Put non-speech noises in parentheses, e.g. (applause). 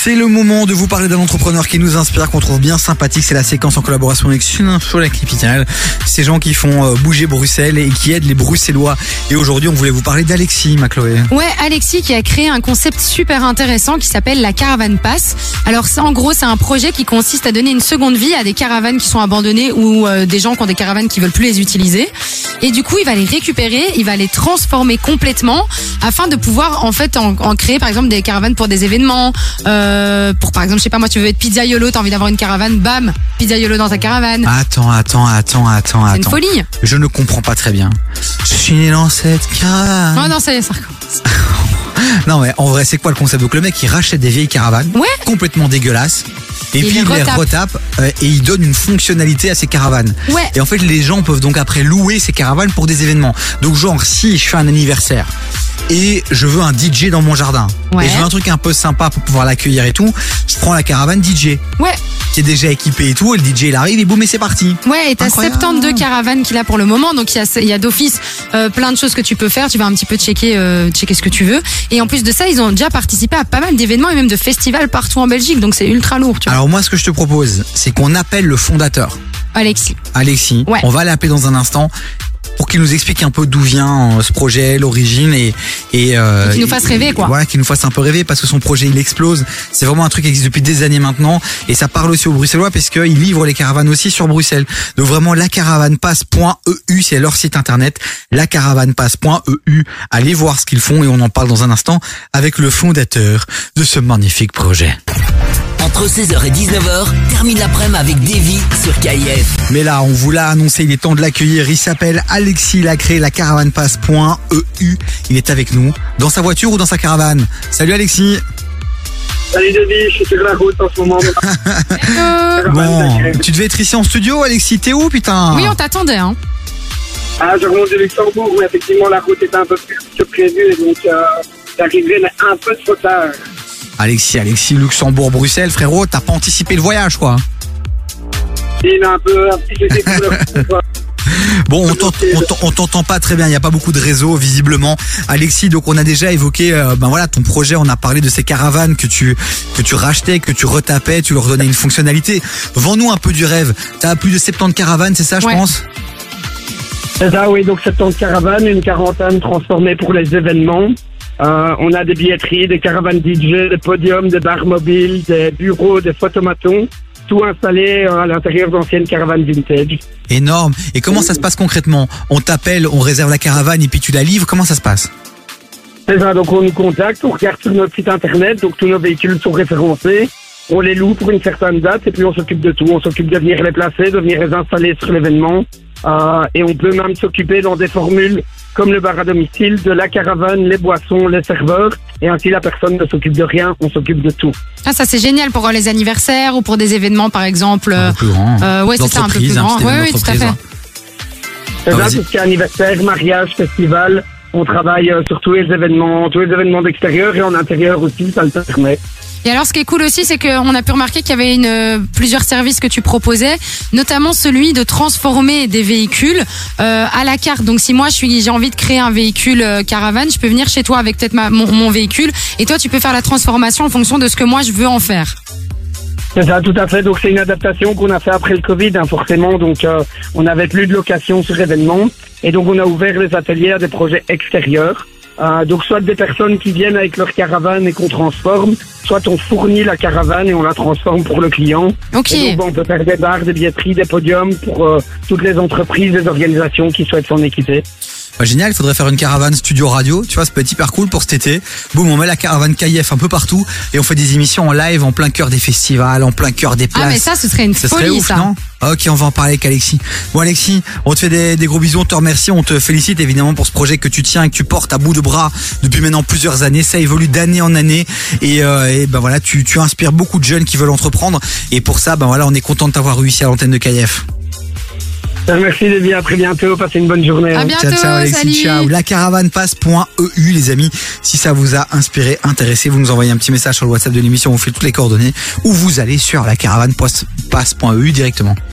C'est le moment de vous parler d'un entrepreneur qui nous inspire, qu'on trouve bien sympathique. C'est la séquence en collaboration avec Suninfo, la capitale. Ces gens qui font euh, bouger Bruxelles et qui aident les Bruxellois. Et aujourd'hui, on voulait vous parler d'Alexis, ma Chloé. Ouais, Alexis qui a créé un concept super intéressant qui s'appelle la Caravane Pass. Alors ça, en gros, c'est un projet qui consiste à donner une seconde vie à des caravanes qui sont abandonnées ou euh, des gens qui ont des caravanes qui veulent plus les utiliser. Et du coup, il va les récupérer, il va les transformer complètement afin de pouvoir en fait en, en créer par exemple des caravanes pour des événements, euh, pour par exemple, je sais pas moi, tu veux être pizzaïolo, t'as envie d'avoir une caravane, bam, pizzaïolo dans ta caravane. Attends, attends, attends, attends, Ah, c'est une attends. folie. Je ne comprends pas très bien. Je suis né dans cette caravane. Non, non, ça y est, ça recommence. Non mais en vrai c'est quoi le concept Donc le mec il rachète des vieilles caravanes Ouais. complètement dégueulasses et Il puis les il les retape. retape euh, et il donne une fonctionnalité à ces caravanes. Ouais. Et en fait les gens peuvent donc après louer ces caravanes pour des événements. Donc genre si je fais un anniversaire et je veux un DJ dans mon jardin Ouais. et je veux un truc un peu sympa pour pouvoir l'accueillir et tout, je prends la caravane DJ Ouais, qui est déjà équipée et tout et le DJ il arrive et boum et c'est parti. Ouais, et t'as Incroyable. 72 caravanes qu'il a pour le moment, donc il y a, il y a d'office euh, plein de choses que tu peux faire. Tu vas un petit peu checker, euh, checker ce que tu veux. Et en plus de ça, ils ont déjà participé à pas mal d'événements et même de festivals partout en Belgique, donc c'est ultra lourd. Tu vois. Alors moi ce que je te propose c'est qu'on appelle le fondateur. Alexis, Alexis. Ouais. On va l'appeler dans un instant pour qu'il nous explique un peu d'où vient euh, ce projet, l'origine et et, euh, Et qu'il nous fasse rêver, quoi. Voilà, qu'il nous fasse un peu rêver parce que son projet il explose. C'est vraiment un truc qui existe depuis des années maintenant et ça parle aussi aux Bruxellois parce qu'il livre les caravanes aussi sur Bruxelles. Donc vraiment la caravanpasse.eu E c'est leur site internet la caravanpasse.eu. E Allez voir ce qu'ils font et on en parle dans un instant avec le fondateur de ce magnifique projet. Entre 16h et 19h, termine l'après-midi avec Davy sur KIF. Mais là, on vous l'a annoncé, il est temps de l'accueillir. Il s'appelle Alexis Lacré, la caravanpasse.eu. Il est avec nous, dans sa voiture ou dans sa caravane. Salut Alexis. Salut Debbie, je suis sur la route en ce moment. Ah. Euh, Bon, tu devais être ici en studio, Alexis. T'es où, putain oui, on t'attendait. Hein. Ah, je remonte de Luxembourg, mais effectivement la route était un peu plus que prévu, donc euh, j'arriverai mais un peu trop tard. Alexis, Alexis, Luxembourg, Bruxelles, frérot, t'as pas anticipé le voyage, quoi. Il a un peu un petit jeté pour le coup, Bon, on t'ent- on t'ent- on t'entend pas très bien, il n'y a pas beaucoup de réseaux visiblement. Alexis, donc on a déjà évoqué euh, ben voilà, ton projet, on a parlé de ces caravanes que tu que tu rachetais, que tu retapais, tu leur donnais une fonctionnalité. Vends-nous un peu du rêve. T'as plus de 70 caravanes, c'est ça je Ouais. pense (laughs) C'est ça, oui, donc 70 caravanes, une quarantaine transformée pour les événements. Euh, on a des billetteries, des caravanes DJ, des podiums, des bars mobiles, des bureaux, des photomatons, tout installé euh, à l'intérieur d'anciennes caravanes vintage. Énorme. Et comment ça se passe concrètement On t'appelle, on réserve la caravane et puis tu la livres, comment ça se passe C'est ça, donc on nous contacte, on regarde sur notre site internet, donc tous nos véhicules sont référencés, on les loue pour une certaine date et puis on s'occupe de tout. On s'occupe de venir les placer, de venir les installer sur l'événement euh, et on peut même s'occuper dans des formules comme le bar à domicile, de la caravane, les boissons, les serveurs et ainsi la personne ne s'occupe de rien, on s'occupe de tout. Ah, ça c'est génial pour euh, les anniversaires ou pour des événements, par exemple. euh, plus grand. euh, ouais, c'est ça, un peu plus L'entreprise, hein, grand. c'était Ouais, une oui, tout à entreprise, fait. hein. C'est Ah, ça, vas-y. tout ce qui est anniversaire, mariage, festival, on travaille euh, sur tous les événements, tous les événements d'extérieur et en intérieur aussi, ça le permet. Et alors, ce qui est cool aussi, c'est qu'on a pu remarquer qu'il y avait une, euh, plusieurs services que tu proposais, notamment celui de transformer des véhicules euh, à la carte. Donc, si moi, je suis, j'ai envie de créer un véhicule euh, caravane, je peux venir chez toi avec peut-être ma- mon, mon véhicule, et toi, tu peux faire la transformation en fonction de ce que moi je veux en faire. C'est ça, tout à fait. Donc c'est une adaptation qu'on a fait après le Covid, hein, forcément. Donc euh, on n'avait plus de location sur événement, et donc on a ouvert les ateliers à des projets extérieurs. Euh, donc soit des personnes qui viennent avec leur caravane et qu'on transforme, soit on fournit la caravane et on la transforme pour le client. Ok. Et donc bon, on peut faire des bars, des billetteries, des podiums pour euh, toutes les entreprises, les organisations qui souhaitent s'en équiper. Bah, génial, il faudrait faire une caravane studio radio, tu vois, ça peut être hyper cool pour cet été. Boum, on met la caravane KIF un peu partout et on fait des émissions en live en plein cœur des festivals, en plein cœur des places. Ah, mais ça, ce serait une Ça folie, serait ouf, ça. non Ah, Ok, on va en parler avec Alexis. Bon, Alexis, on te fait des, des gros bisous, on te remercie, on te félicite évidemment pour ce projet que tu tiens et que tu portes à bout de bras depuis maintenant plusieurs années. Ça évolue d'année en année et, euh, et ben voilà, tu, tu inspires beaucoup de jeunes qui veulent entreprendre et pour ça, ben voilà, on est content de t'avoir réussi à l'antenne de KIF. Euh, Merci Lévi, à très bientôt, passez une bonne journée. À hein. bientôt, ciao, ciao, Alexis, salut. ciao. La caravane passe.eu, E les amis. Si ça vous a inspiré, intéressé, vous nous envoyez un petit message sur le WhatsApp de l'émission, on vous fait toutes les coordonnées ou vous allez sur la caravane passe.eu E directement.